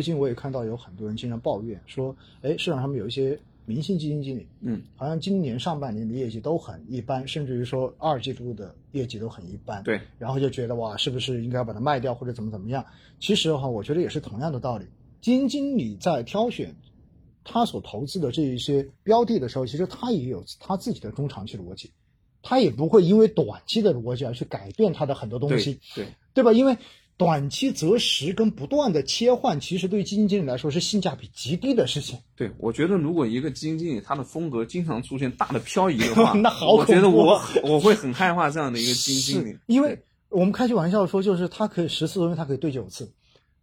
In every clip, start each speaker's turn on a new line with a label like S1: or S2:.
S1: 最近我也看到有很多人经常抱怨说，哎，市场上面有一些明星基金经理，
S2: 嗯，
S1: 好像今年上半年的业绩都很一般，甚至于说二季度的业绩都很一般。
S2: 对，
S1: 然后就觉得哇，是不是应该把它卖掉或者怎么怎么样？其实哈，我觉得也是同样的道理。基金经理在挑选他所投资的这一些标的的时候，其实他也有他自己的中长期逻辑，他也不会因为短期的逻辑而去改变他的很多东西
S2: 对。对，
S1: 对吧？因为短期择时跟不断的切换，其实对基金经理来说是性价比极低的事情。，
S2: 对，我觉得如果一个基金经理他的风格经常出现大的漂移的话
S1: 那好
S2: 我觉得
S1: 恐怖啊
S2: 我我会很害怕这样的一个基金经理
S1: 是，因为
S2: 对
S1: 我们开句玩笑说，就是他可以十次中他可以对九次，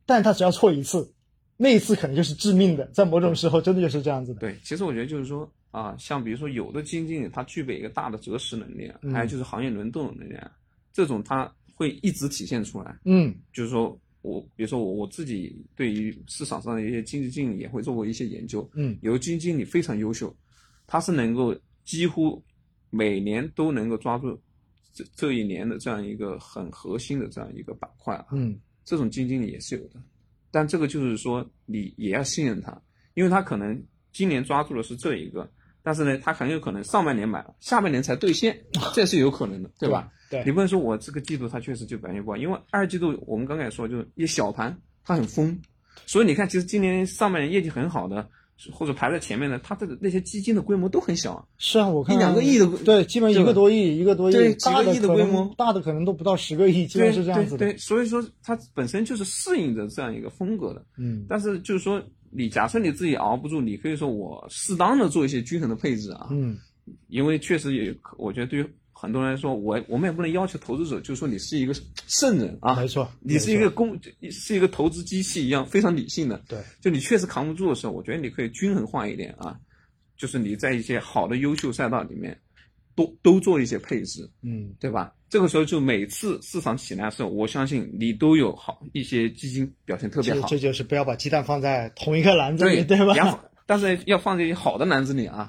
S1: 但他只要错一次，那一次可能就是致命的，在某种时候真的就是这样子的。
S2: 对，其实我觉得就是说啊，像比如说有的基金经理他具备一个大的择时能力啊，
S1: 嗯
S2: 还有就是行业轮动的能力啊，这种他会一直体现出来。
S1: 嗯
S2: 就是说我比如说我我自己对于市场上的一些经济经理也会做过一些研究，
S1: 嗯
S2: 有的基金经理非常优秀，他是能够几乎每年都能够抓住这这一年的这样一个很核心的这样一个板块啊，
S1: 嗯
S2: 这种基金经理也是有的，但这个就是说你也要信任他，因为他可能今年抓住的是这一个，但是呢，他很有可能上半年买了，下半年才兑现，这是有可能的，对吧？？
S1: 对
S2: 你，不能说我这个季度它确实就表现不好，因为二季度我们刚才也说，就是一小盘它很疯，所以你看，其实今年上半年业绩很好的，或者排在前面的，它的那些基金的规模都很小啊，
S1: 是啊，我看
S2: 一两个亿的
S1: 对，基本一个多亿，一个多亿，
S2: 对
S1: 大
S2: 几个
S1: 的
S2: 亿的
S1: 可能
S2: 规模
S1: 大的可能都不到十个亿，基本
S2: 对
S1: 是这样子的。
S2: 对对，所以说它本身就是适应着这样一个风格的。
S1: 嗯
S2: 但是就是说，你假设你自己熬不住，你可以说我适当的做一些均衡的配置啊，
S1: 嗯，
S2: 因为确实也有，我觉得对于很多人来说，我我们也不能要求投资者就是说你是一个圣人啊
S1: 没，错，
S2: 你是一个公是一个投资机器一样非常理性的，
S1: 对，
S2: 就你确实扛不住的时候，我觉得你可以均衡化一点啊，就是你在一些好的优秀赛道里面都都做一些配置，
S1: 嗯
S2: 对吧？这个时候就每次市场起来的时候，我相信你都有好一些基金表现特别
S1: 这
S2: 好，
S1: 这就是不要把鸡蛋放在同一个篮子里，对
S2: 对
S1: 吧？
S2: 然后，但是要放在好的篮子里啊。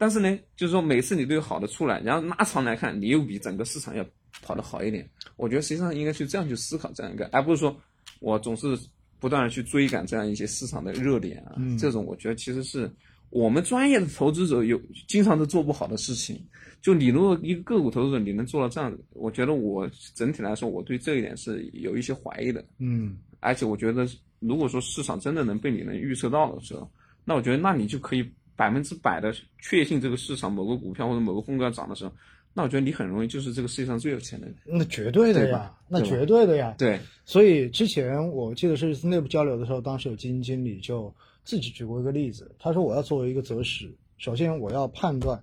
S2: 但是呢，就是说每次你都有好的出来，然后拉长来看，你又比整个市场要跑得好一点。我觉得实际上应该去这样去思考这样一个，而不是说我总是不断的去追赶这样一些市场的热点啊。
S1: 嗯
S2: 这种我觉得其实是我们专业的投资者有经常都做不好的事情。就你如果一个个股投资者，你能做到这样，我觉得我整体来说，我对这一点是有一些怀疑的。
S1: 嗯，
S2: 而且我觉得，如果说市场真的能被你能预测到的时候，那我觉得那你就可以百分之百的确信这个市场某个股票或者某个风格要涨的时候，那我觉得你很容易就是这个世界上最有钱的人。
S1: 那绝对的
S2: 对
S1: 呀
S2: 吧，
S1: 那
S2: 对吧
S1: 绝对的呀。
S2: 对
S1: 所以之前我记得是内部交流的时候，当时有基金经理就自己举过一个例子，他说我要作为一个择时，首先我要判断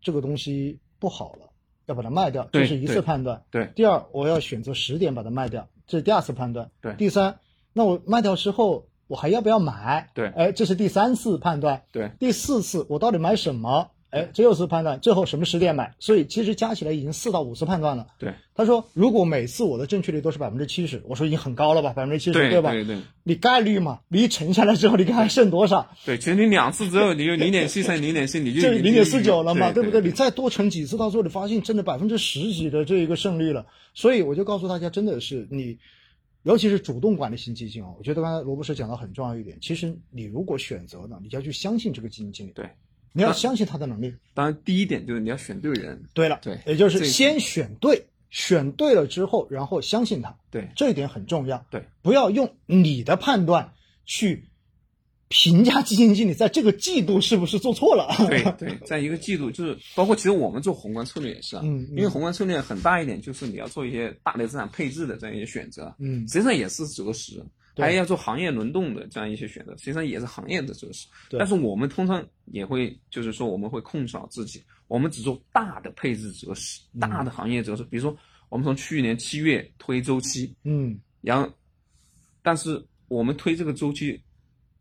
S1: 这个东西不好了，要把它卖掉，这
S2: 对
S1: 是一次
S2: 对
S1: 判断。
S2: 对
S1: 第二，我要选择时点把它卖掉，这是第二次判断。
S2: 对
S1: 第三，那我卖掉之后，我还要不要买？
S2: 对
S1: 哎，这是第三次判断。
S2: 对
S1: 第四次我到底买什么？哎，这又是判断，最后什么时点买？所以其实加起来已经四到五次判断了。
S2: 对
S1: 他说，如果每次我的正确率都是百分之七十，我说已经很高了吧，百分之七十，
S2: 对
S1: 吧？
S2: 对对
S1: 你概率嘛，你一乘下来之后，你看还剩多 少？
S2: 对，其实你两次之后，你就零点七乘零点七，你
S1: 就
S2: 就
S1: 零点四九了嘛，
S2: 对
S1: 不对？你再多乘几次，到最后你发现真的百分之十几的这一个胜率了。所以我就告诉大家，真的是你，尤其是主动管理型基金啊，我觉得刚才罗博士讲到很重要一点，其实你如果选择呢，你要去相信这个基金经理，
S2: 对。
S1: 你要
S2: 那
S1: 相信他的能力。
S2: 当然，第一点就是你要选对人。
S1: 对了，
S2: 对
S1: 也就
S2: 这
S1: 是
S2: 个
S1: 先选对，选对了之后，然后相信他，
S2: 对
S1: 这一点很重要。
S2: 对，
S1: 不要用你的判断去评价基金经理在这个季度是不是做错了。
S2: 对对，在一个季度，就是包括其实我们做宏观策略也是啊，
S1: 嗯嗯
S2: 因为宏观策略很大一点就是你要做一些大类资产配置的这样一些选择，
S1: 嗯
S2: 实际上也是择时，
S1: 对
S2: 还要做行业轮动的这样一些选择，实际上也是行业的择时。
S1: 对
S2: 但是我们通常也会，就是说我们会控制好自己，我们只做大的配置择时，大
S1: 嗯
S2: 的行业择时。比如说，我们从去年七月推周期，
S1: 嗯，
S2: 然后，但是我们推这个周期，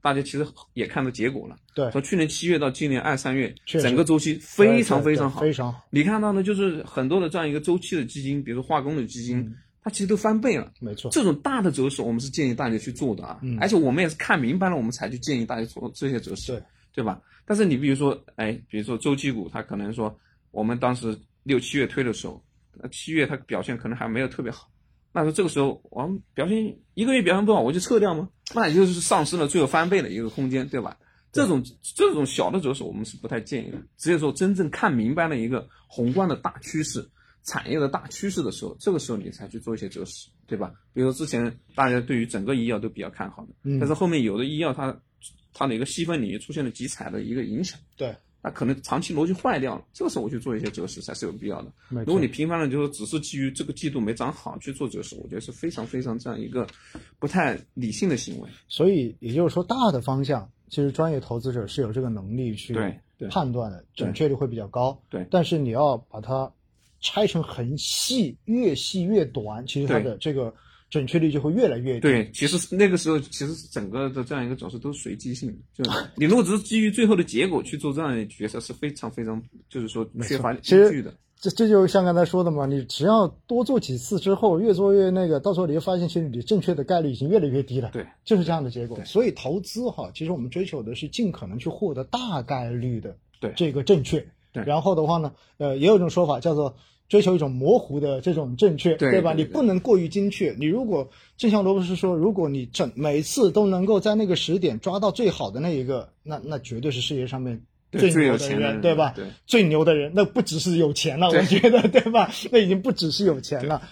S2: 大家其实也看到结果了。
S1: 对，
S2: 从去年七月到今年二三月，
S1: 确实
S2: 整个周期非常
S1: 对对
S2: 非常好。
S1: 非常好，
S2: 你看到呢，就是很多的这样一个周期的基金，比如说化工的基金，
S1: 嗯
S2: 它其实都翻倍了。
S1: 没错。
S2: 这种大的折损，我们是建议大家去做的啊，
S1: 嗯
S2: 而且我们也是看明白了，我们才去建议大家做这些折损，
S1: 对
S2: 对吧？但是你比如说，哎，比如说周期股，它可能说我们当时六七月推的时候，呃七月它表现可能还没有特别好，那说这个时候我们表现一个月表现不好，我就撤掉吗？那也就是丧失了最后翻倍的一个空间，对吧？这种这种小的折损我们是不太建议的。只有说真正看明白了一个宏观的大趋势、产业的大趋势的时候，这个时候你才去做一些择时，对吧？比如说之前大家对于整个医药都比较看好的，
S1: 嗯
S2: 但是后面有的医药它它的一个细分领域出现了集采的一个影响，
S1: 对，
S2: 那可能长期逻辑坏掉了，这个时候我去做一些择时才是有必要的。
S1: 没
S2: 如果
S1: 错
S2: 你频繁的就是只是基于这个季度没涨好去做择时，我觉得是非常非常这样一个不太理性的行为。
S1: 所以也就是说，大的方向其实专业投资者是有这个能力去
S2: 对对
S1: 判断的，准确率会比较高。
S2: 对
S1: 但是你要把它拆成很细，越细越短，其实它
S2: 对
S1: 的这个准确率就会越来越低。
S2: 对，其实是那个时候，其实整个的这样一个走势都是随机性的，就是你如果只是基于最后的结果去做这样的决策，是非常非常就是说缺乏依
S1: 其实
S2: 据的。
S1: 这这就像刚才说的嘛，你只要多做几次之后，越做越那个，到时候你就发现，其实你正确的概率已经越来越低了。
S2: 对，
S1: 就是这样的结果
S2: 对。
S1: 所以投资哈，其实我们追求的是尽可能去获得大概率的
S2: 对
S1: 这个正确。
S2: 对
S1: 然后的话呢，呃，也有一种说法叫做追求一种模糊的这种正确，
S2: 对
S1: 吧？你
S2: 对对
S1: 不能过于精确。你如果正像罗博士说，如果你整每次都能够在那个时点抓到最好的那一个，那那绝对是世界上面。
S2: 对
S1: 最
S2: 最
S1: 牛
S2: 有
S1: 的
S2: 钱的
S1: 人，
S2: 人
S1: 对吧？
S2: 对
S1: 最牛的人，那不只是有钱了，我
S2: 对
S1: 觉得，对吧？那已经不只是有钱了。